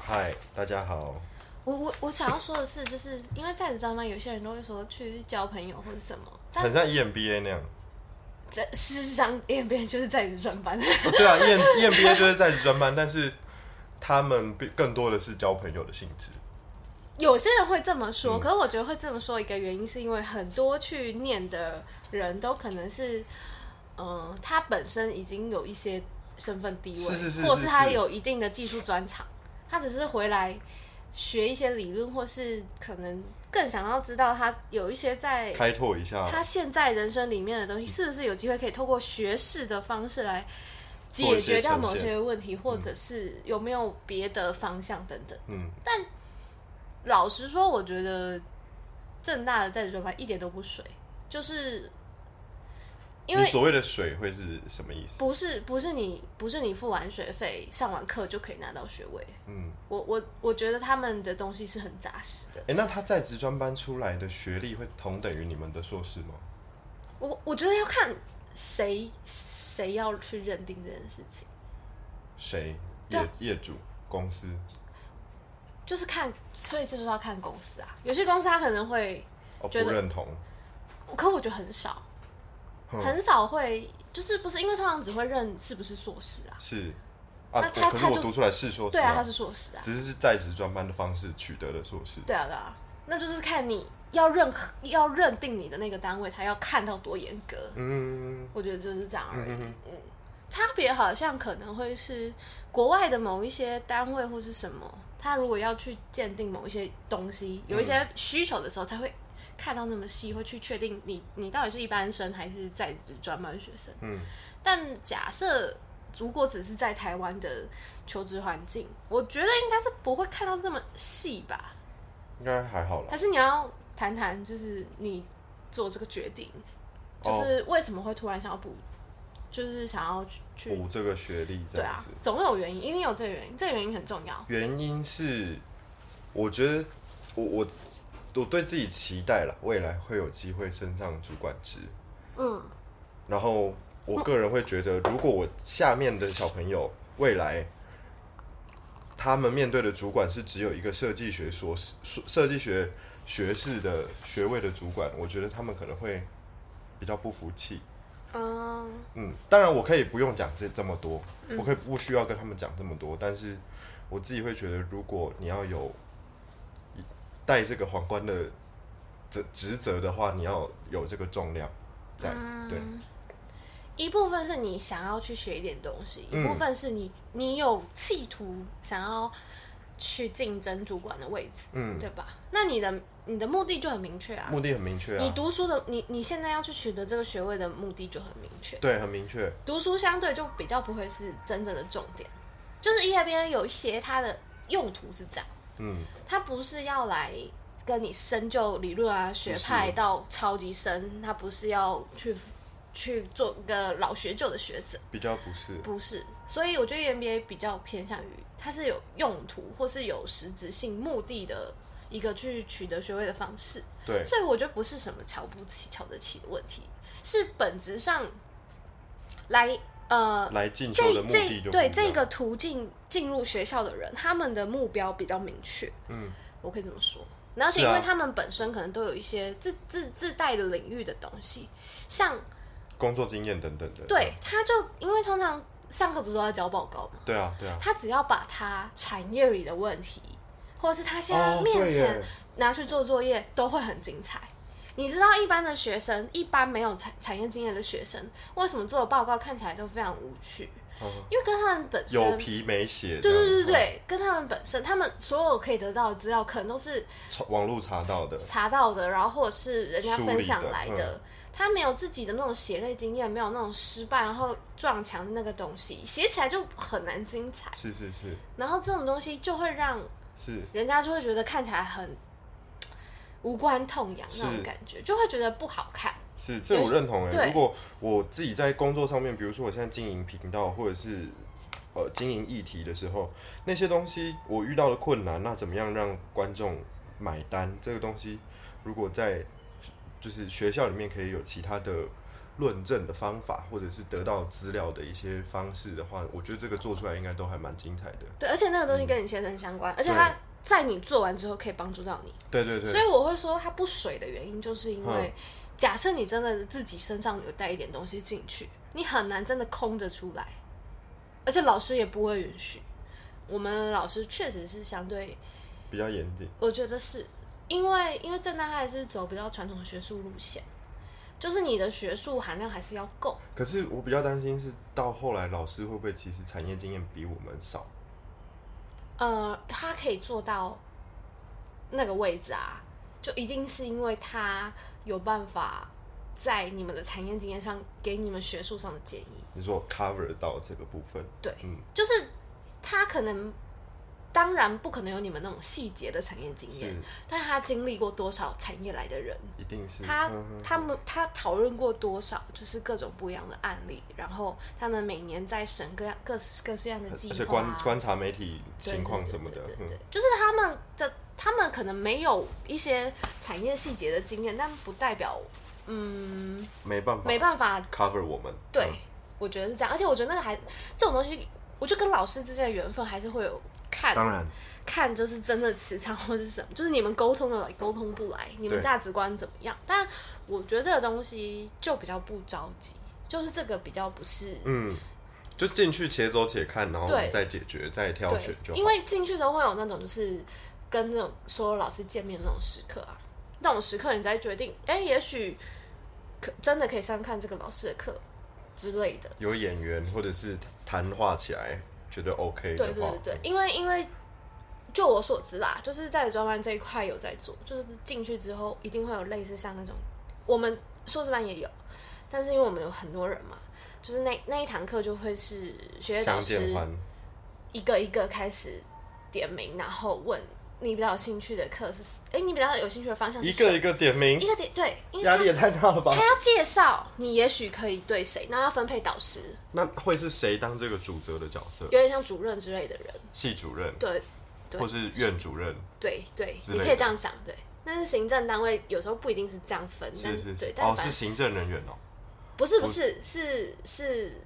嗨，大家好。我我我想要说的是，就是因为在职专班，有些人都会说去交朋友或者什么，但很像 E EMBA 那样。在事实上，因为别人就是在职专班。 哦对啊，EM EMBA 就是在职专班，但是他们比更多的是交朋友的性质。有些人会这么说，嗯可是我觉得会这么说一个原因，是因为很多去念的人都可能是，嗯、他本身已经有一些身份地位，是是是或者是是他是有一定的技术专长，他只是回来学一些理论，或是可能更想要知道他有一些在开拓一下，他现在人生里面的东西，是不是有机会可以透过学士的方式来解决掉某些问题，或者是有没有别的方向等等？嗯，老实说，我觉得正大的在职专班一点都不水，就是因你为所谓的水会是什么意思？不是不是你不是你付完学费上完课就可以拿到学位。嗯，我我我觉得他们的东西是很扎实的。哎、那他在职专班出来的学历会同等于你们的硕士吗？我我觉得要看谁谁要去认定这件事情。谁？对业啊业主公司？就是看，所以这就是要看公司啊。有些公司他可能会，哦，觉不得认同。可我觉得很少，嗯很少会，就是不是因为通常只会认是不是硕士啊？是啊，那对他可是他我就读出来哦是硕士、对啊，他是硕士啊。只是是在职专班的方式取得的硕士。对啊，对啊，那就是看你要认可要认定你的那个单位，他要看到多严格。嗯，我觉得就是这样而已。嗯差别好像可能会是国外的某一些单位或是什么，他如果要去鉴定某一些东西，有一些需求的时候，才会看到那么细，会去确定你你到底是一般生还是在职专班学生。嗯，但假设。如果只是在台湾的求职环境，我觉得应该是不会看到这么细吧。应该还好啦。还是你要谈谈，就是你做这个决定，哦就是为什么会突然想要补，就是想要去去补这个学历这对样啊子。，总有原因，一定有这个原因，这个原因很重要。原因是，我觉得我我我对自己期待了，未来会有机会升上主管职。嗯，然后我个人会觉得，如果我下面的小朋友未来他们面对的主管是只有一个设计学硕士、硕设计学学士的学位的主管，我觉得他们可能会比较不服气。嗯，嗯，当然我可以不用讲这这么多，我可以不需要跟他们讲这么多，但是我自己会觉得，如果你要有带这个皇冠的责职责的话，你要有这个重量在，嗯对，一部分是你想要去学一点东西，嗯一部分是你你有企图想要去竞争主管的位置，嗯，对吧？那你的你的目的就很明确啊。目的很明确你啊，读书的你，你现在要去取得这个学位的目的就很明确。对，很明确，读书相对就比较不会是真正的重点，就是 EIBN 有一些它的用途是这样，嗯，它不是要来跟你深究理论啊、学派到超级深，它不是要去去做一个老学究的学者，比较不是，不是。所以我觉得 EMBA 比较偏向于它是有用途或是有实质性目的的一个去取得学位的方式，对，所以我觉得不是什么瞧不起、瞧得起的问题，是本质上来呃来进修的这目的这就对不一这样个途径进入学校的人，他们的目标比较明确。嗯，我可以这么说。然后而且是啊因为他们本身可能都有一些自自自带的领域的东西，像工作经验等等的，对，他就因为通常上课不是都要交报告嘛，对啊，对啊，他只要把他产业里的问题，或者是他现在哦面对前耶拿去做作业，都会很精彩。你知道一般的学生，一般没有产产业经验的学生，为什么做的报告看起来都非常无趣？嗯因为跟他们本身有皮没写，对这样哦对对对，对，跟他们本身，他们所有可以得到的资料，可能都是查网络查到的，查到的，然后或者是人家分享来梳理的嗯的。他没有自己的那种血泪经验，没有那种失败然后撞墙的那个东西，写起来就很难精彩。是是是然后这种东西就会让是，人家就会觉得看起来很无关痛痒那是种感觉，就会觉得不好看。是，这有我些认同诶、对如果我自己在工作上面，比如说我现在经营频道，或者是呃经营议题的时候，那些东西我遇到的困难，那怎么样让观众买单？这个东西如果在就是学校里面可以有其他的论证的方法，或者是得到资料的一些方式的话，我觉得这个做出来应该都还蛮精彩的。对，而且那个东西跟你切身嗯相关，而且它在你做完之后可以帮助到你。对对对所，以我会说它不水的原因，就是因为假设你真的自己身上有带一点东西进去，你很难真的空着出来，而且老师也不会允许。我们老师确实是相对，比较严谨。我觉得是因为因为正大它还是走比较传统的学术路线，就是你的学术含量还是要够。可是我比较担心是到后来老师会不会其实产业经验比我们少？呃，他可以做到那个位置啊，就一定是因为他有办法在你们的产业经验上给你们学术上的建议。你说我 cover 到这个部分，对，嗯就是他可能当然不可能有你们那种细节的产业经是验，但他经历过多少产业来的人，一定是他嗯嗯他们他讨论过多少就是各种不一样的案例，然后他们每年在审各样各各式各样的计嗯而划、啊，且观观察媒体对情况什么的对，对对嗯对，就是他们的他们可能没有一些产业细节的经验，但不代表嗯没办法没办法。哦 cover 我们。对，嗯我觉得是这样，而且我觉得那个还这种东西，我就跟老师之间的缘分还是会有看当然看，就是真的磁场或是什么，就是你们沟通的沟通不来，你们对价值观怎么样？但我觉得这个东西就比较不着急，就是这个比较不是。嗯，就进去且走且看，然后对再解决、再挑选对就，好。因为进去都会有那种就是跟那种所有老师见面的那种时刻啊，那种时刻你再决定，哎、也许可真的可以上看这个老师的课之类的。有演员或者是谈话起来觉得 OK 的对话，嗯对对对，因为因为就我所知啦，就是在专班这一块有在做，就是进去之后一定会有类似像那种我们硕士班也有，但是因为我们有很多人嘛，就是那那一堂课就会是学业导相师见欢，一个一个开始点名，然后问你比较有兴趣的课是，哎、你比较有兴趣的方向是一什个么？一个点名一，个点对，因为压他力也太大了吧他？要介绍你，也许可以对谁，然后要分配导师，那会是谁当这个主责的角色？有点像主任之类的人，系主任，对对或是院主任？对对，之类你的可以这样想，对。但是行政单位有时候不一定是这样分，但是是对是，，但哦，反是正行政人员哦。不是不是是是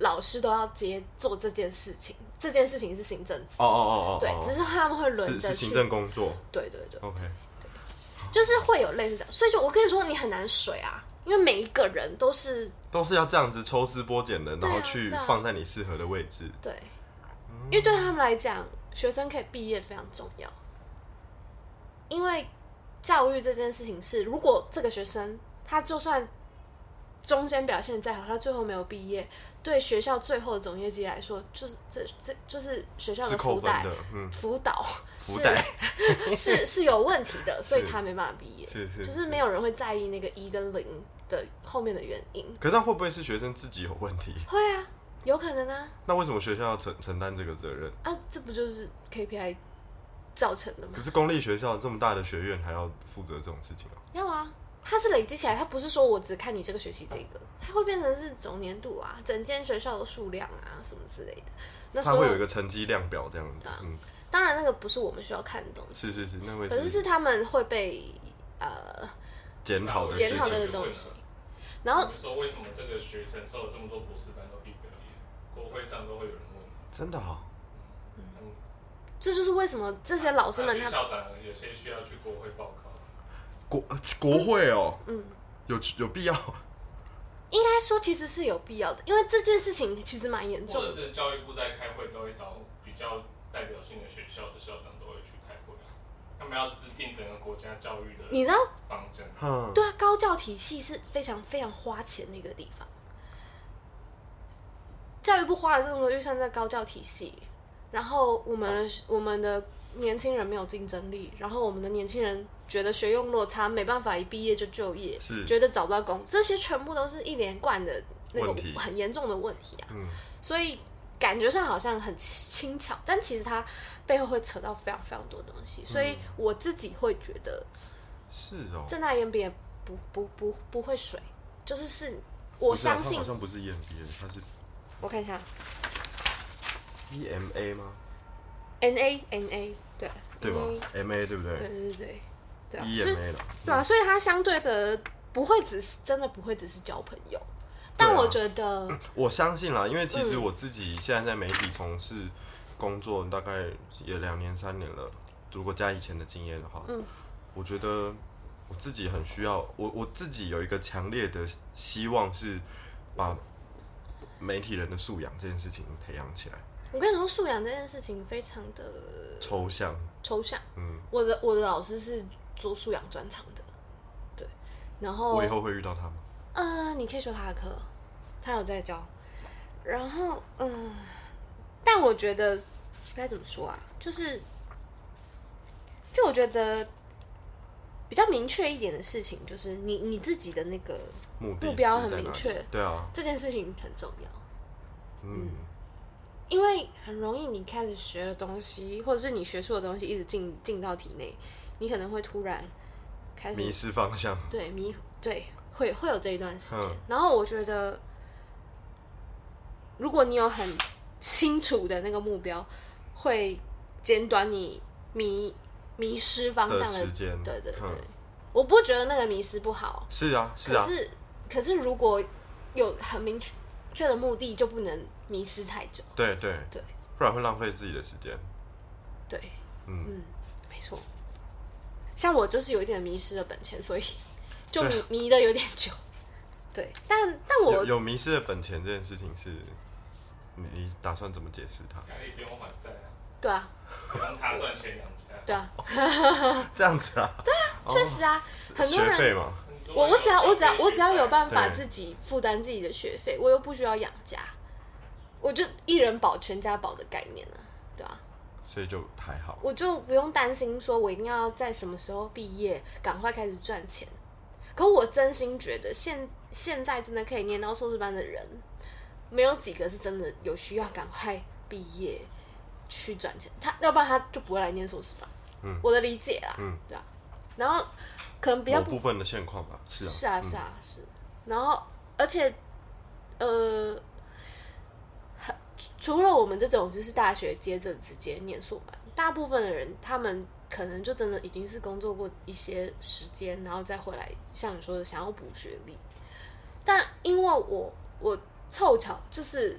老师都要接做这件事情，这件事情是行政职，哦哦哦哦，对，哦只是他们会轮是着是去行，政工作。对对对。 OK，就是会有类似这样，所以就我跟你说，你很难水啊，因为每一个人都是都是要这样子抽丝剥茧的，然后对啊去对啊放在你适合的位置。对，因为对他们来讲，学生可以毕业非常重要，因为教育这件事情是，如果这个学生他就算中间表现再好，他最后没有毕业，对学校最后的总业绩来说，就是这这就是学校是的扣福分袋的，嗯，辅导 福袋是是是有问题 的，所以他没办法毕业，是是就是没有人会在意那个一跟零的后面的原因。可是那会不会是学生自己有问题？会啊，有可能啊，那为什么学校要承承担这个责任？啊，这不就是 KPI 造成的吗可？是公立学校这么大的学院还要负责这种事情啊？要啊，它是累积起来，它不是说我只看你这个学期这个，它会变成是总年度啊，整间学校的数量啊，什么之类的。那时啊啊它候会有一个成绩量表这样子，嗯，当然那个不是我们需要看的东西，是是是，那会可是是他们会被呃检讨的事检情讨那啊个东西，然后就说为什么这个学程受了这么多博士班都毕不了业？国会上都会有人问，真的啊，这就是为什么这些嗯老师们哪些嗯他校长有些需要去国会报考，国国会哦，嗯，有有必要，应该说其实是有必要的，因为这件事情其实蛮严重或者的。是教育部在开会都会找比较代表性的学校的校长都会去开会啊，他们要制定整个国家教育的你知道方针。嗯，对啊，高教体系是非常非常花钱的一个地方。教育部花了这么多预算在高教体系，然后我嗯们的我们的年轻人没有竞争力，然后我们的年轻人觉得学用落差，没办法一毕业就就业，是觉得找不到工，这些全部都是一连贯的那个问题很严重的问题啊。嗯所以感觉上好像很轻巧，但其实它背后会扯到非常非常多东西，所嗯以我自己会觉得。是哦，正大 EMBA 不不不不会水，就是是我不是啊相信它好，像不是 EMBA，它是我看一下 EMA 吗？ NA NA 对对吧 NA ？MA 对不嗯对对 E 对嗯对对对啊，所以？EMA 了，对啊，所以它相对的不会只是真的不会只是交朋友，但对啊我觉得，我相信啦，因为其实嗯我自己现在在媒体从事工作，大概也两年三年了。如果加以前的经验的话，嗯我觉得我自己很需要，我我自己有一个强烈的希望是把媒体人的素养这件事情培养起来。我跟你说，素养这件事情非常的抽象，抽象。嗯，我的我的老师是做素养专场的，对，然后我以后会遇到他吗？呃，你可以修他的课，他有在教。然后，嗯、但我觉得该怎么说啊？就是，就我觉得比较明确一点的事情，就是你你自己的那个目的目标很是在明哪里确对啊，这件事情很重要，嗯，因为很容易你开始学的东西，或者是你学术的东西一直进进到体内，你可能会突然开始迷失方向，对迷对会会有这一段时间嗯。然后我觉得，如果你有很清楚的那个目标，会减短你迷迷失方向的时间对对对，嗯我不觉得那个迷失不好，是啊，是可啊，是可是如果有很明确的目的，就不能迷失太久。对对对，不然会浪费自己的时间。对，嗯没错。像我就是有一点迷失了本钱，所以就迷对啊迷的有点久。对，但但我有有迷失的本钱这件事情是，你你打算怎么解释它？家里不用还债啊，对啊，不用他赚钱养家。对啊，这样子啊？确实啊，很多哦学费人，嘛，很多我我只要人我只要我只要有办法对自己负担自己的学费，我又不需要养家，我就一人保全家保的概念啊，对啊，所以就还好。我就不用担心说我一定要在什么时候毕业，赶快开始赚钱。可我真心觉得现现在真的可以念到硕士班的人，没有几个是真的有需要赶快毕业去赚钱，他要不然他就不会来念硕士班。嗯我的理解啦，嗯对啊，然后可能比较某不部分的现况吧，是啊，是啊，是啊，是。然后，而且，呃，很除了我们这种就是大学接着直接念硕班，大部分的人他们可能就真的已经是工作过一些时间，然后再回来，像你说的想要补学历。但因为我我凑巧就是，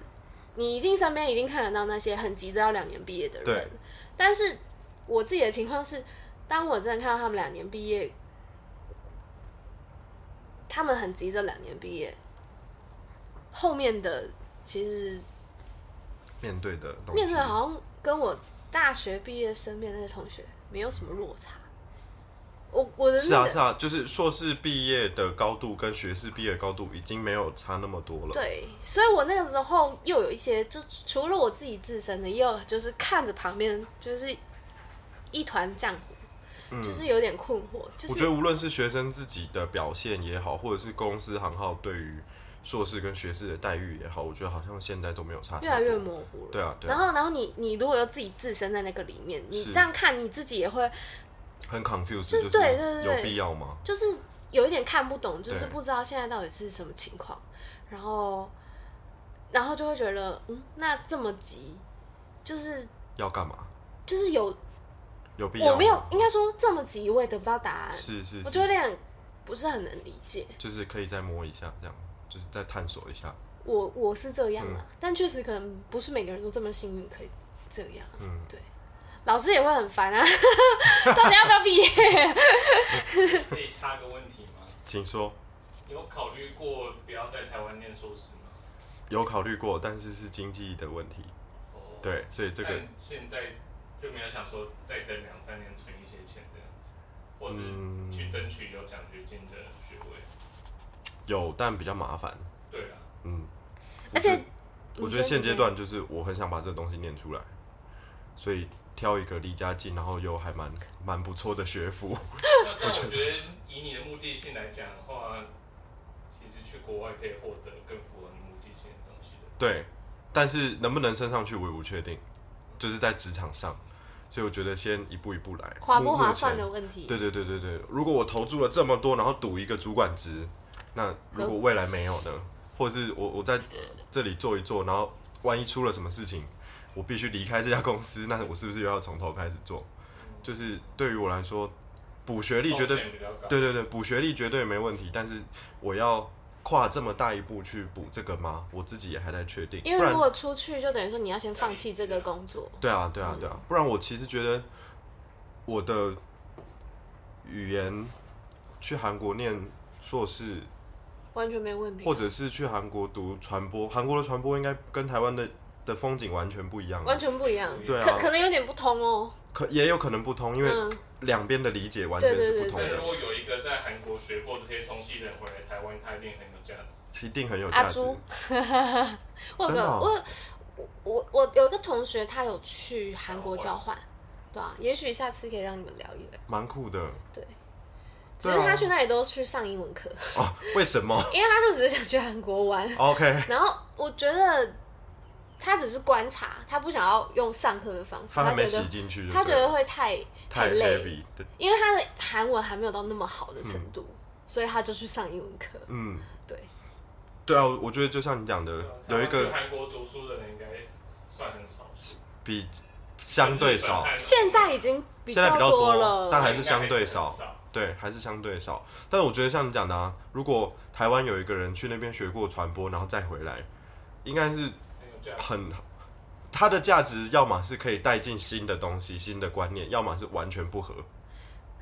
你一定身边一定看得到那些很急着要两年毕业的人对，但是我自己的情况是，当我真的看到他们两年毕业他们很急着两年毕业，后面的其实面对的东西，面对好像跟我大学毕业身边那些同学没有什么落差。我我的是那啊个、是啊，就是硕士毕业的高度跟学士毕业的高度已经没有差那么多了。对，所以我那个时候又有一些，就除了我自己自身的，也有就是看着旁边就是一团浆糊，就是有点困惑，就嗯我觉得是无论是学生自己的表现也好，或者是公司行号对于硕士跟学士的待遇也好，我觉得好像现在都没有差太多，越来越模糊了。对啊，对然啊，后，然后你你如果又自己置身在那个里面，你是这样看你自己也会很 confused，就就是对对对有必要吗？就是有一点看不懂，就是对不知道现在到底是什么情况，然后，然后就会觉得，嗯，那这么急，就是要干嘛？就是有有必要吗？我没有，应该说这么急我也得不到答案，是是，是我就有点不是很能理解。就是可以再摸一下，这样就是再探索一下。我我是这样嗯啊，但确实可能不是每个人都这么幸运可以这样，嗯对。老师也会很烦啊， 到底要不 要毕业？可以插个问题吗？请说，你有考虑过不要在台湾念硕士吗？有考虑过，但是是经济的问题。哦，对，所以这个但现在就没有想说再等两三年存一些钱这样子，或是嗯去争取有奖学金的学位。有，但比较麻烦。对 啊，嗯，而且我觉得现阶段就是我很想把这个东西念出来，所以挑一个离家近，然后又还蛮蛮不错的学府。但我觉得以你的目的性来讲的话，其实去国外可以获得更符合你目的性的东西的。对，但是能不能升上去我也不确定，就是在职场上，所以我觉得先一步一步来。划不目划目前算的问题，对对对对对，如果我投注了这么多，然后赌一个主管职，那如果未来没有呢？或者是我我在这里做一做，然后万一出了什么事情，我必须离开这家公司，那我是不是又要从头开始做？就是对于我来说，补学历绝对风险比较高。对对对，补学历绝对没问题，但是我要跨这么大一步去补这个吗？我自己也还在确定。因不为然如果出去，就等于说你要先放弃这个工作。对啊，对嗯啊，对啊，不然我其实觉得我的语言去韩国念硕士，完全没问题啊，或者是去韩国读传播，韩国的传播应该跟台湾的的风景完全不一样啊、完全不一样，对啊可可能有点不同哦。可也有可能不通，因为嗯，两边的理解完全是不同所以的，如果有一个在韩国学过这些东西的人回来台湾，他一定很有价值。一定很有阿价值。朱，我有真的个、哦我我我我有一个同学，他有去韩国交换，对啊，也许下次可以让你们聊一聊。蛮酷的对，只对是啊他去那里都是去上英文课， 哦。为什么 因为他就只是想去韩国玩。 ？OK，然后我觉得他只是观察，他不想要用上课的方式，他他还没觉得洗进去就对了，他觉得会太太累， heavy，对，因为他的韩文还没有到那么好的程度，所以他就去上英文课。嗯，对，对啊，我觉得就像你讲的，呃有一去个韩国读书的人应该算很少数，比相对少，现在已经比现在比较多多了，但还是相对少应该还是很少对，还是相对少。但我觉得像你讲的啊，如果台湾有一个人去那边学过传播，然后再回来，应该是很有价值。很它的价值，要么是可以带进新的东西、新的观念，要么是完全不合。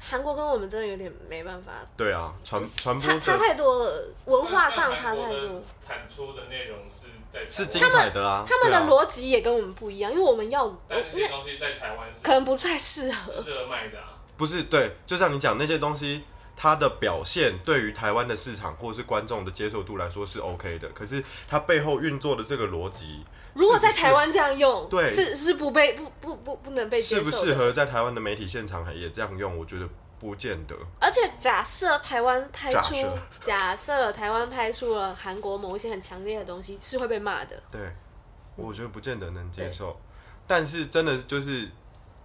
韩国跟我们真的有点没办法，对啊，传传播差差的太多了，文化上差太韩多国了的。产出的内容是在台湾是精彩的啊，他们对的啊逻辑也跟我们不一样，因为我们要我但这那些东西在台湾是可能不太适合。是热卖的啊，不是对，就像你讲那些东西，它的表现对于台湾的市场或者是观众的接受度来说是 OK 的，可是它背后运作的这个逻辑，如果在是不是台湾这样用，对是是不被不不不不能被适接受不的。适合在台湾的媒体现场也这样用，我觉得不见得。而且假设台湾拍出假设，假设台湾拍出了韩国某一些很强烈的东西，是会被骂的。对，我觉得不见得能接受，但是真的就是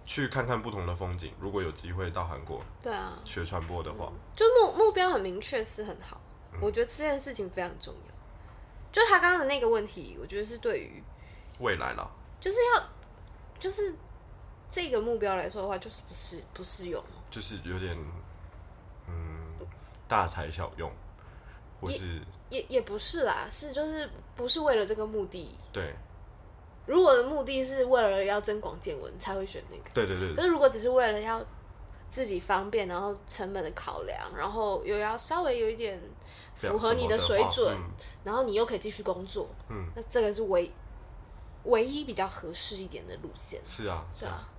去看看不同的风景，如果有机会到韩国对啊，学传播的话，就目目标很明确是很好，嗯我觉得这件事情非常重要。就他刚刚的那个问题，我觉得是对于未来啦，就是要就是这个目标来说的话，就是不适不适用。就是有点嗯大材小用，或是也也不是啦，是就是不是为了这个目的。对如果的目的是为了要增广见闻，才会选那个。对对对可是如果只是为了要自己方便，然后成本的考量，然后又要稍微有一点符合你的水准，嗯然后你又可以继续工作，嗯，那这个是唯唯一比较合适一点的路 线，是啊，是对啊。啊，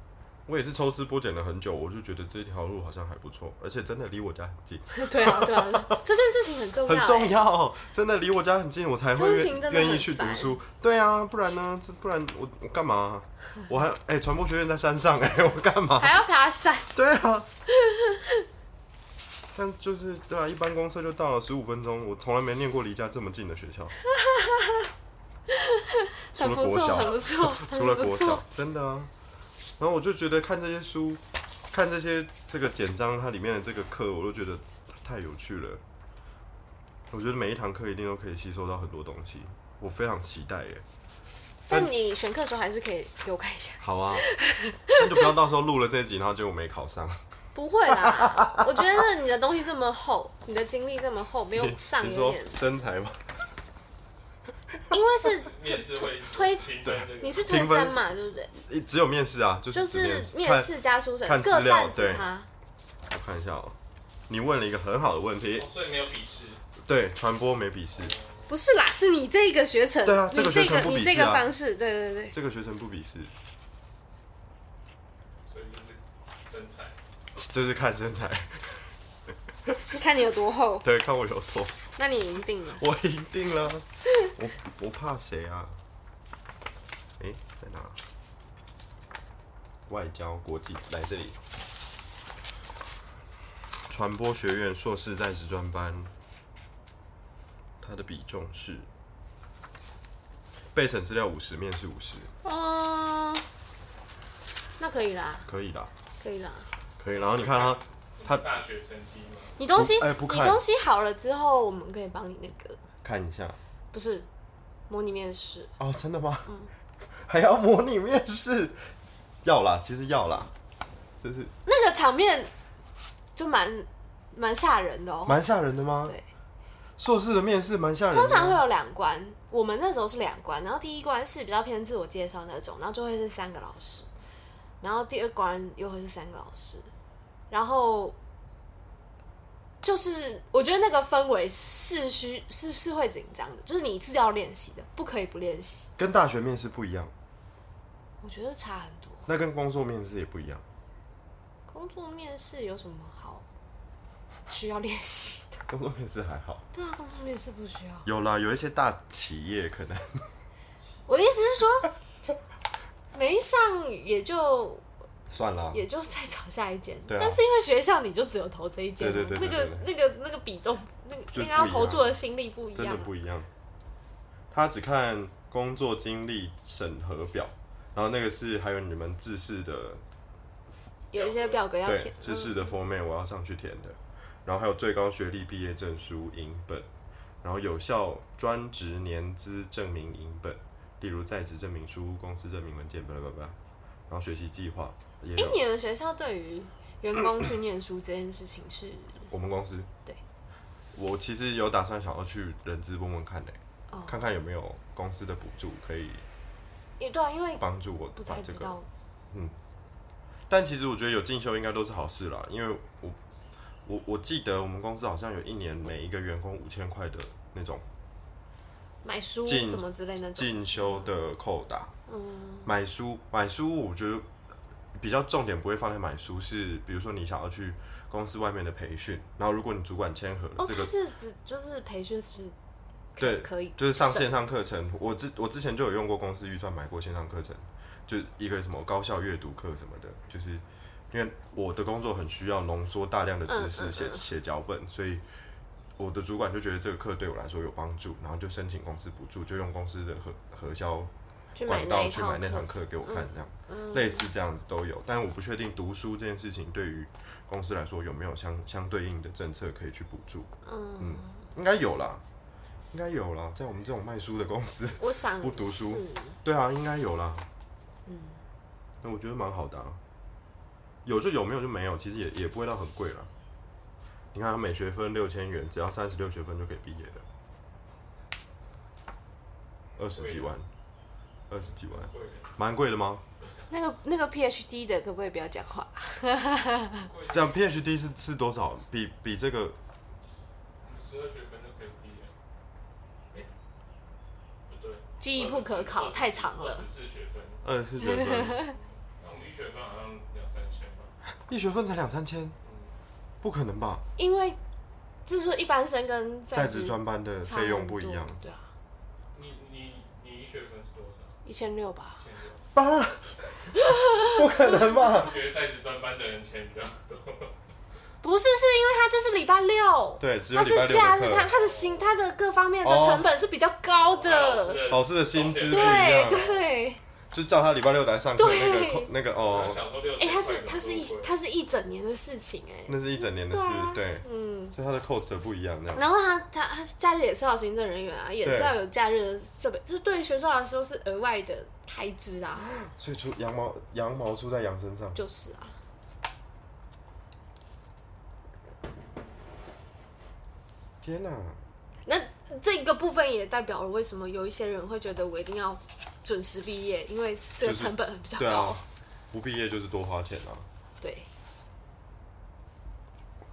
我也是抽丝剥茧了很久，我就觉得这条路好像还不错，而且真的离我家很近，对啊，对啊，这件事情很重要、很欸，重要，真的离我家很近，我才会通勤愿真的很愿意去读烦书。对啊，不然呢？这不然我我干嘛啊、我还哎，传、播学院在山上哎、 我干嘛？欸还要爬山，对啊。但就是对啊，一般公车就到了，十五分钟。我从来没念过离家这么近的学 校，除很了不国错，小，很不错， 除了很不国错小，，真的啊。然后我就觉得看这些书，看这些这个简章，它里面的这个课，我都觉得太有趣了。我觉得每一堂课一定都可以吸收到很多东西，我非常期待耶。但你选课的时候还是可以给我看一下，好啊， 那就不要到时候录了这一集，然后结果没考上，不会 啦，我觉得你的东西这么厚，你的经历这么厚，没有你上你有说点，身材吗？因为是面试会推评分这你个。是推评分甄是嘛，对不对？一只有面试啊，就是就只是面看试加书审，看各资料占几对趴。我看一下哦、你问了一个很好的问题哦，所以没有笔试，对，传播没笔试，不是啦，是你这个学程，对啊你这个这学程不你比这试个啊方式，对对对，这个学生不笔试，所以就是身材。就是看身材，你看你有多厚，对，看我有多那你赢定了。我赢定了，我我怕谁啊？诶，在哪？外交国际来这里，传播学院硕士在职专班，它的比重是备审资料五十，面试五十，哦，那可以啦，可以啦，可以啦。可以。然后你看他，他大学成绩吗？你东西，不哎不你看东西好了之后，我们可以帮你那个，看一下，不是模拟面试，哦，真的吗？ 还要模拟面试？ 要啦，其实要啦，就是那个场面就蛮蛮吓人的哦。蛮吓人的吗？对，硕士的面试蛮吓人的啊。通常会有两关，我们那时候是两关，然后第一关是比较偏自我介绍那种，然后就会是三个老师，然后第二关又会是三个老师，然后就是我觉得那个氛围是需是是会紧张的，就是你是要练习的，不可以不练习，跟大学面试不一样，我觉得差很多。那跟工作面试也不一样。工作面试有什么好需要练习的？工作面试还好，对啊，工作面试不需要。有啦，有一些大企业可能 我的意思是说，没上也就算啦。也就再找下一间。对啊但是因为学校你就只有投这一间啊，对对对对那个那个那个比重，那个就那不个要一投样注的心力不一真样的啊。不一样。他只看工作经历审核表，然后那个是还有你们制式的有一些表格要对填，制式嗯的 format 我要上去填的，然后还有最高学历毕业证书影本，然后有效专职年资证明影本，例如在职证明书、公司证明文件，巴拉巴拉，然后学习计划也哎、有。你们学校对于员工去念书这件事情是我们公司对，我其实有打算想要去人资问问看呢、哦，看看有没有公司的补助可以因为对啊，因为帮助我不把太这知个道，但其实我觉得有进修应该都是好事啦，因为我我我记得我们公司好像有一年每一个员工五千块的那种买书进什么之类那种，进修的扣打，嗯，买书买书我觉得比较重点不会放在买书，是比如说你想要去公司外面的培训，然后如果你主管签合了哦，这它个，是指就是培训是对，可以，就是上线上课程，我之我之前就有用过公司预算买过线上课程，就一个什么高效阅读课什么的，就是因为我的工作很需要浓缩大量的知嗯嗯识写嗯写脚本，所以我的主管就觉得这个课对我来说有帮助，然后就申请公司补助，就用公司的核核销去买管那道一去套嗯买那堂课给我看，这样、类似这样子都有，但我不确定读书这件事情对于公司来说有没有相相对应的政策可以去补助，嗯，应该有啦，应该有啦，在我们这种卖书的公司。 我想不读书是对啊，应该有啦。嗯，那我觉得蛮好的、啊，有就有，没有就没有，其实也也不会到很贵啦。你看，他每学分六千元，只要三十六学分就可以毕业了，二十几万，二十几万，贵的蛮贵的吗？那个那个 PhD 的可不可以不要讲话？贵这的，样 PhD 是是多少？比比这个十二学分就可以毕业了。哎，不对，记忆不可考，太长了十。四学分，二十四学 分，那我们一学分好像两三千吧。一学分才两三千，不可能吧？因为就是一般生跟在职职专班的差很费用不多一样，对啊，你你你一学分是多少？一千六吧。千六？啊， 不可能吧？我觉得在职专班的人钱比较多。不是，是因为他这是礼拜六，对，只有他礼哦是拜六假的日，他课，他的薪，他的各方面的哦成本是比较高老师的。老师的薪资不一对样。对，就叫他礼拜六来上课那对个扣那个我哦还，想说六哎，千他块是他是怎么一那么贵他是一整年的事情哎，那是一整年的事，对,、嗯。所以他的 cost 不一样，这样然后他他他假日也是要有行政人员啊，也是对要有假日的设备，这对于学校来说是额外的开支啊，所以出羊毛羊毛出在羊身上，就是啊。天哪、那这个部分也代表了为什么有一些人会觉得我一定要准时毕业，因为这个就是成本比较对高啊。，不毕业就是多花钱啊，对,、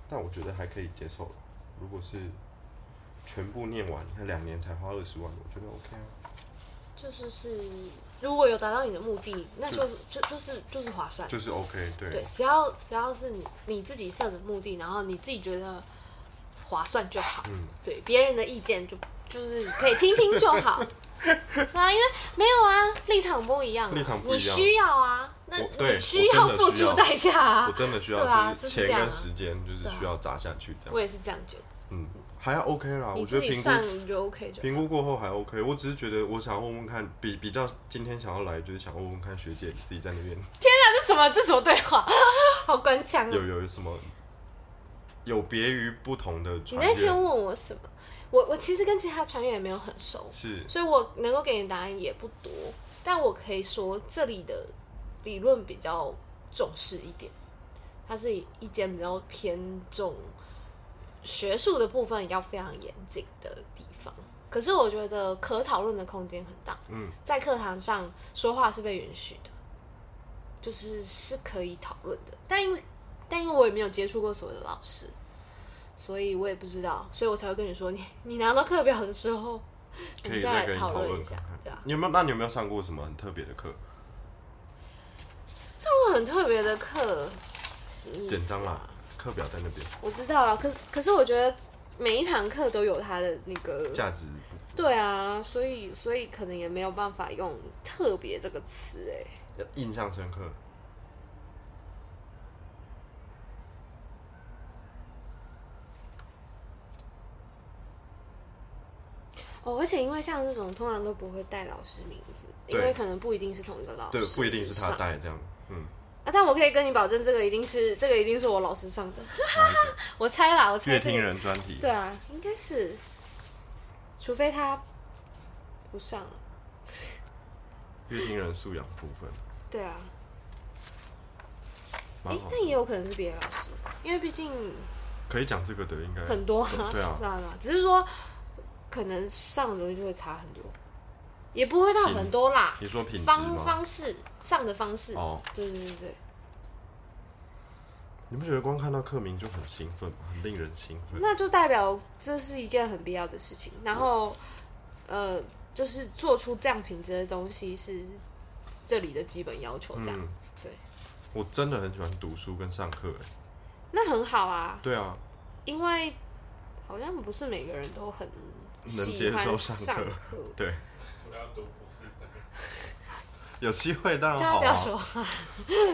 但我觉得还可以接受了。如果是全部念完，你看两年才花二十万，我觉得 OK 啊，就是是如果有达到你的目的，那就是就就是就是划算。就是 OK，对，对，只要只要是你你自己设的目的，然后你自己觉得划算就好。嗯对，别人的意见就就是可以听听就好。 对啊，因为没有啊，立场不一样、啊，立场不你一样需要啊，那我对你我需真的要需付出要代价啊我。真的需要、对啊就就是是这钱样啊跟时间就是需要砸下去这样，我也是这样觉得。嗯，还要 OK 啦，你我觉得自己评估算就 OK 就好。评估过后还 OK，我只是觉得我想要问问看，比比较今天想要来，就是想要问问看学姐自己在那边这什哎么？这什么对话？ 好官腔啊！有有有什么有别于不同的你专那天业问我什么？我我其实跟其他船员也没有很熟，是所以我能够给你答案也不多，但我可以说这里的理论比较重视一点，它是一间比较偏重学术的部分要非常严谨的地方。可是我觉得可讨论的空间很大。嗯，在课堂上说话是被允许的，就是是可以讨论的。但因为但因为我也没有接触过所有的老师，所以我也不知道，所以我才会跟你说，你 你拿到课表的时候， 我可们以再再跟来你讨讨论论一下看看，对啊。你有没有？那你有没有上过什么很特别的课？上过很特别的课，什么意思、简章啦，课表在那边，我知道啊，可是可是我觉得每一堂课都有它的那个价值不对啊，所以所以可能也没有办法用“特别”这个词哎、印象深刻。哦，而且因为像这种通常都不会带老师名字，因对为可能不一定是同一个老师，对，不一定是他上带这样。嗯，啊。但我可以跟你保证，这个一定是这个一定是我老师 上的，我猜啦，我猜乐这听个人专题，对啊，应该是，除非他不上了，乐听人素养部分，对啊，哎、蛮好的。但也有可能是别的老师，因为毕竟可以讲这个的应该很多啊，对 啊知道吗？只是说可能上的东西就会差很多，也不会到很多啦。你说品质方吗？方式上的方式，哦，对对对对。你不觉得光看到课名就很兴奋吗？很令人兴奋。那就代表这是一件很必要的事情。然后，呃，就是做出这样品质的东西是这里的基本要求，这样、嗯对，我真的很喜欢读书跟上课，哎，那很好啊，对啊，因为好像不是每个人都很能接喜欢受上上课课。对，我要读博士班，有机会当然大家好不要啊，说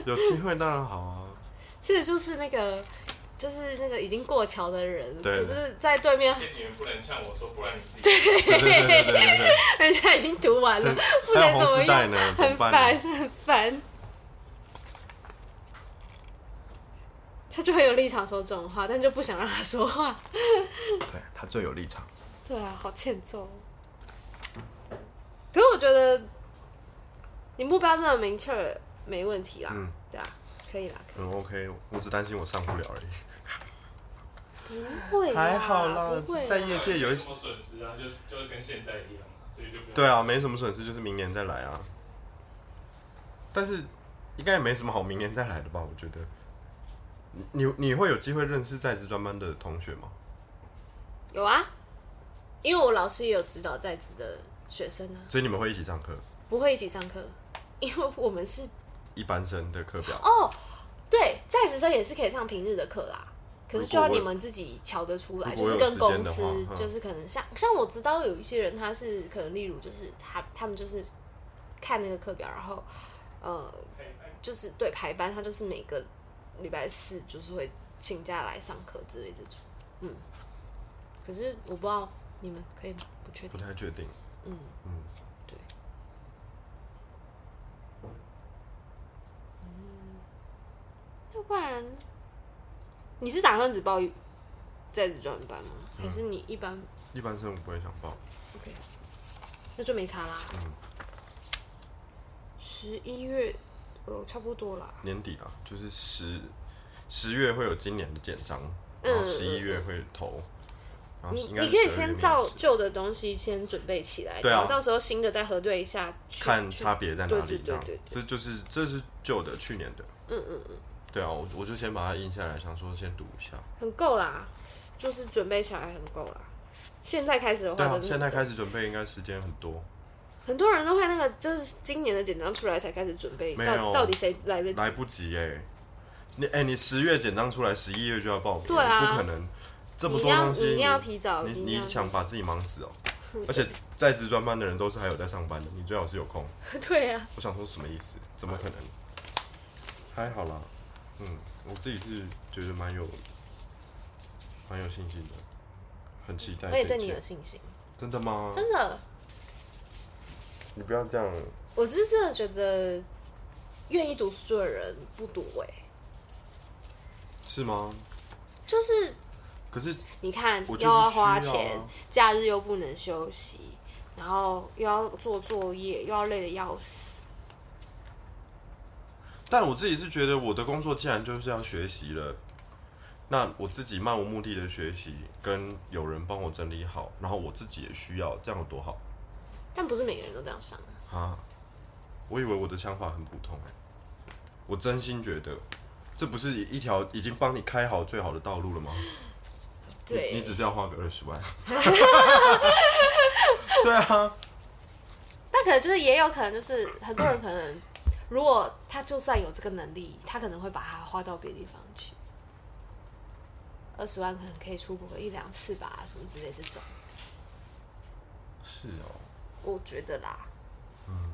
有机会当然好 啊。这个就是那个，就是那个已经过桥的人，对就是在对面， 今天你们不能呛我说，不然你自己对对对对对对对。人家已经读完了，不还能有怎红么丝带样，呢，怎么很办烦，呢？很烦。他就很有立场说这种话，但就不想让他说话。 对他最有立场，对啊，好欠揍。哦可是我觉得你目标这么明确，没问题啦。嗯对啊，可以啦，嗯，OK，我只担心我上不了而已。不会啦，啊还好啦不会啦啊在业界有一什么损失啊，就是就是跟现在一样嘛，所以就不要对啊，没什么损失，就是明年再来啊。但是应该也没什么好明年再来的吧？我觉得，你你你会有机会认识在职专班的同学吗？有啊，因为我老师也有指导在职的学生啊，所以你们会一起上课，不会一起上课，因为我们是一般生的课表。哦，对，在职生也是可以上平日的课啦。可是就要如果我你们自己瞧得出来，如就果我有是跟公时司间的话，嗯就是可能像像我知道有一些人他是可能例如就是他他们就是看那个课表，然后呃就是对排班，他就是每个礼拜四就是会请假来上课之类这种，嗯。可是我不知道你们可以吗？不确定不。太确定，嗯嗯，对。嗯，要不然你是打算只报在职专班吗？还是你一般一般生我不会想报。 OK？那就没差啦。嗯十一月，呃，差不多啦。年底啦，就是十十月会有今年的简章，嗯然后十一月会投，然后你哦应该你是可12以月先面照试旧的东西先准备起来，对啊然后到时候新的再核对一下，去看去差别在哪对对里这样对对对。这就是这是旧的去年的，嗯嗯嗯，对啊，我我就先把它印下来，想说先读一下。很够啦，就是准备起来很够啦。现在开始的话，对啊真，的现在很够开始准备应该时间很多，很多人都会那个，就是今年的简章出来才开始准备，没有到到底谁来得及来？不及哎、你哎、你十月简章出来，十一月就要报名，对啊你不可能这么你一多东定要你一西定要提早，你一定你要 想把自己忙死哦、而且在职专班的人都是还有在上班的，你最好是有空。对啊，我想说什么意思？怎么可能？还好啦，嗯，我自己是觉得蛮有蛮有信心的，很期待我也这对一你切有信心，真的吗？真的，你不要这样，我是真的觉得愿意读书的人不多哎、是吗？就是可是你看我又就是需要啊要花钱，假日又不能休息，然后又要做作业，又要累得要死，但我自己是觉得我的工作既然就是要学习了，那我自己漫无目的的学习，跟有人帮我整理好，然后我自己也需要，这样有多好但不是每个人都这样想啊。啊？我以为我的想法很普通哎、我真心觉得这不是一条已经帮你开好最好的道路了吗？对，你你只是要花个二十万。 对啊，但可能就是也有可能就是很多人可能，如果他就算有这个能力，他可能会把它花到别的地方去。二十万可能可以出国个一两次吧，什么之类这种，是哦，我觉得啦。嗯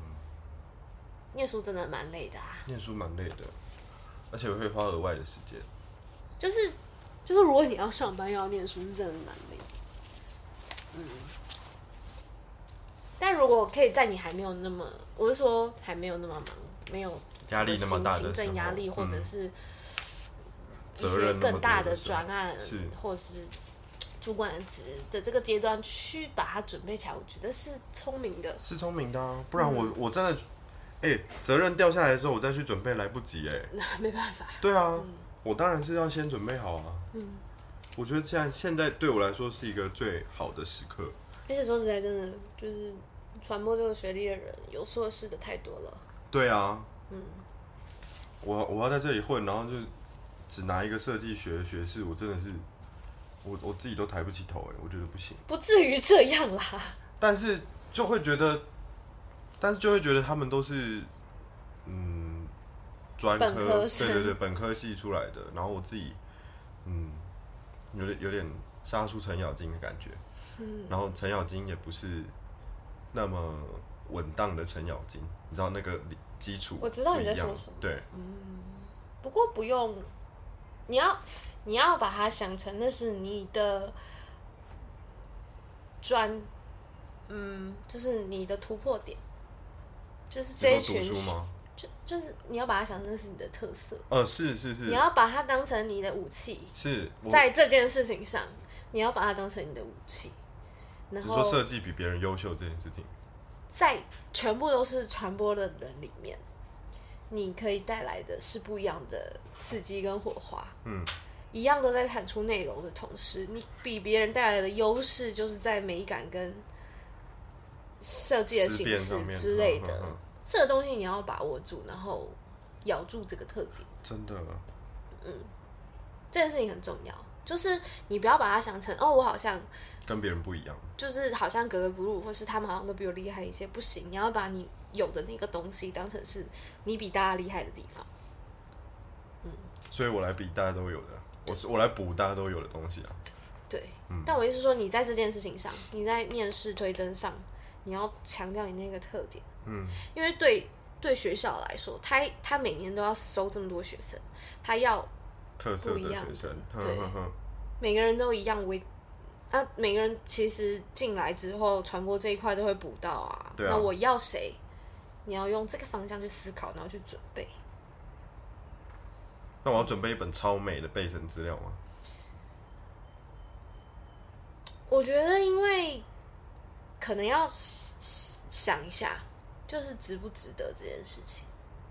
念书真的蛮累的啊，念书蛮累的，而且会花额外的时间。就是就是如果你要上班又要念书，是真的蛮累的。嗯。但如果可以在你还没有那么，我是说还没有那么忙，没有什压力那么大的行行时候政压力，或者嗯是一责些任那么更大多的时候专案是，或者是主管职的这个阶段去把它准备起来，我觉得是聪明的。 是聪明的、啊，不然我、嗯我真的，哎、责任掉下来的时候，我再去准备来不及哎、那没办法，对啊，我当然是要先准备好啊。嗯，我觉得这样现在对我来说是一个最好的时刻。而且说实在，真的就是传播这个学历的人有硕士的太多了。对啊，嗯，我我要在这里混，然后就只拿一个设计学的学士，我真的是，我我自己都抬不起头哎、我觉得不行。不至于这样啦，但是就会觉得，但是就会觉得他们都是，嗯，专科，本科生对对对，本科系出来的。然后我自己，嗯，有点有点杀出程咬金的感觉。嗯、然后程咬金也不是那么稳当的程咬金，你知道那个基础我知道你在不一样说什么对，不过不用，你要你要把它想成那是你的专，嗯，就是你的突破点，就是这一你说群读书吗？就就是你要把它想成是你的特色，呃，是是你是要把它当成你的武器，是，我在这件事情上，你要把它当成你的武器。然你说后设计比别人优秀这件事情，在全部都是传播的人里面，你可以带来的是不一样的刺激跟火花。嗯，一样都在产出内容的同时，你比别人带来的优势就是在美感跟设计的思形辨式上面之类的。嗯嗯嗯这个东西你要把握住，然后咬住这个特点。真的这件事情很重要，就是你不要把它想成哦，我好像跟别人不一样。就是好像格格不入，或是他们好像都比我厉害一些。不行，你要把你有的那个东西当成是你比大家厉害的地方。所以我来比大家都有的，我是我来补大家都有的东西啊。对，嗯但我意思是说，你在这件事情上，你在面试推甄上，你要强调你那个特点。嗯，因为对对学校来说，他他每年都要收这么多学生，他要特色不一的样学生，的哼对哼哼，每个人都一样为啊，每个人其实进来之后，传播这一块都会补到啊。对啊那我要谁？你要用这个方向去思考，然后去准备。那我要准备一本超美的备审资料吗？我觉得，因为可能要想一下，就是值不值得这件事情，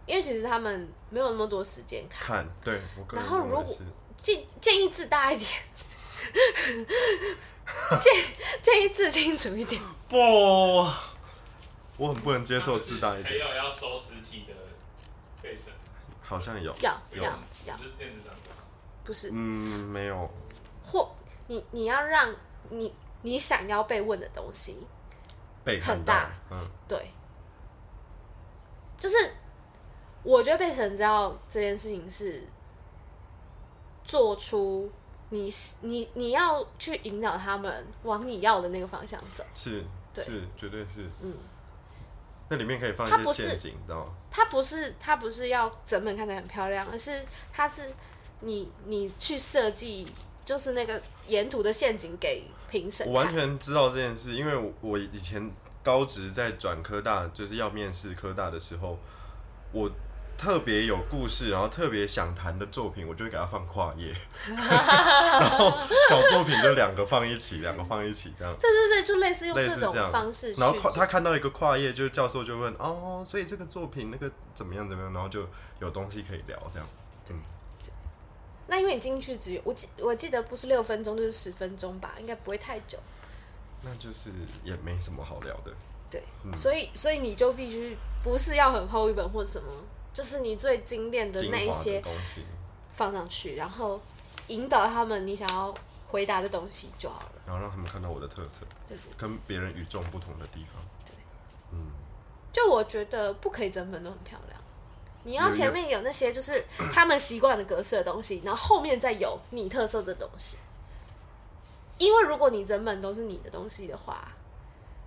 因为其实他们没有那么多时间看，看，对我个人然后认为如果是，建建议字大一点，建建议字清楚一点。不，我很不能接受自大一还点，有要收实体的备审，好像有，要不要用要，就是电子档就好。不是嗯，没有，或你你要让你你想要被问的东西，被看很到大，嗯，对，就是我觉得被神教这件事情是做出你你你要去引导他们往你要的那个方向走，是对是，绝对是，嗯，那里面可以放它一不些是陷阱，你知道吗？它不是它不是要整本看起来很漂亮，而是它是你你去设计就是那个沿途的陷阱给评审我看，完全知道这件事，因为我我以前高职在转科大，就是要面试科大的时候，我特别有故事，然后特别想谈的作品，我就会给他放跨页，然后小作品就两个放一起，两个放一起这样。对对对，就类似用类似种这样方式去然后跨做他看到一个跨页，就是教授就问哦，所以这个作品那个怎么样怎么样，然后就有东西可以聊这样。嗯，那因为你进去只有我记我记得不是六分钟就是十分钟吧，应该不会太久。那就是也没什么好聊的。对，嗯所以所以你就必须不是要很厚一本或什么，就是你最精炼的精那一华些的东西，放上去，然后引导他们你想要回答的东西就好了。然后让他们看到我的特色，对对，跟别人与众不同的地方。就我觉得不可以整本都很漂亮，你要有一个前面有那些就是 他们习惯的格式的东西，然后后面再有你特色的东西。因为如果你整本都是你的东西的话，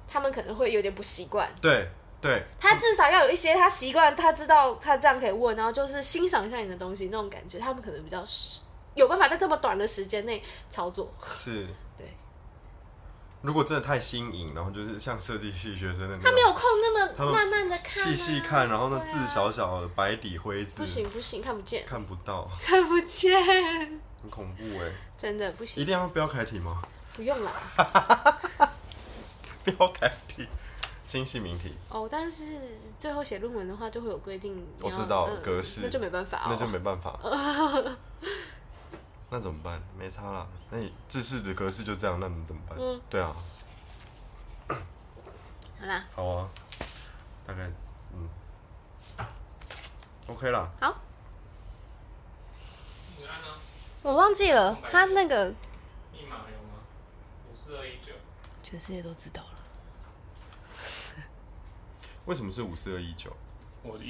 他们可能会有点不习惯。对对，他至少要有一些他习惯，他知道他这样可以问，然后就是欣赏一下你的东西那种感觉，他们可能比较是有办法在这么短的时间内操作。是。对，如果真的太新颖，然后就是像设计系学生的那他没种，有空那他么们慢慢的看、啊，细细看，然后呢对啊字小小的，白底灰字不，行不行，看不见，看不到，看不见，很恐怖哎！真的不一行，定要标楷体吗？ 不用了。标楷体，新系名体，哦，但是最后写论文的话，就会有规定你要，我知道嗯格式那就没办法哦，那就没办 法。那怎么办？没差啦。那你制式的格式就这样，那你怎么办？嗯对啊，好啦，好啊，大概嗯，OK 啦。好，你按呢？我忘记了，他那个密码还有吗？五四二一九，全世界都知道了。为什么是五四二一九？我的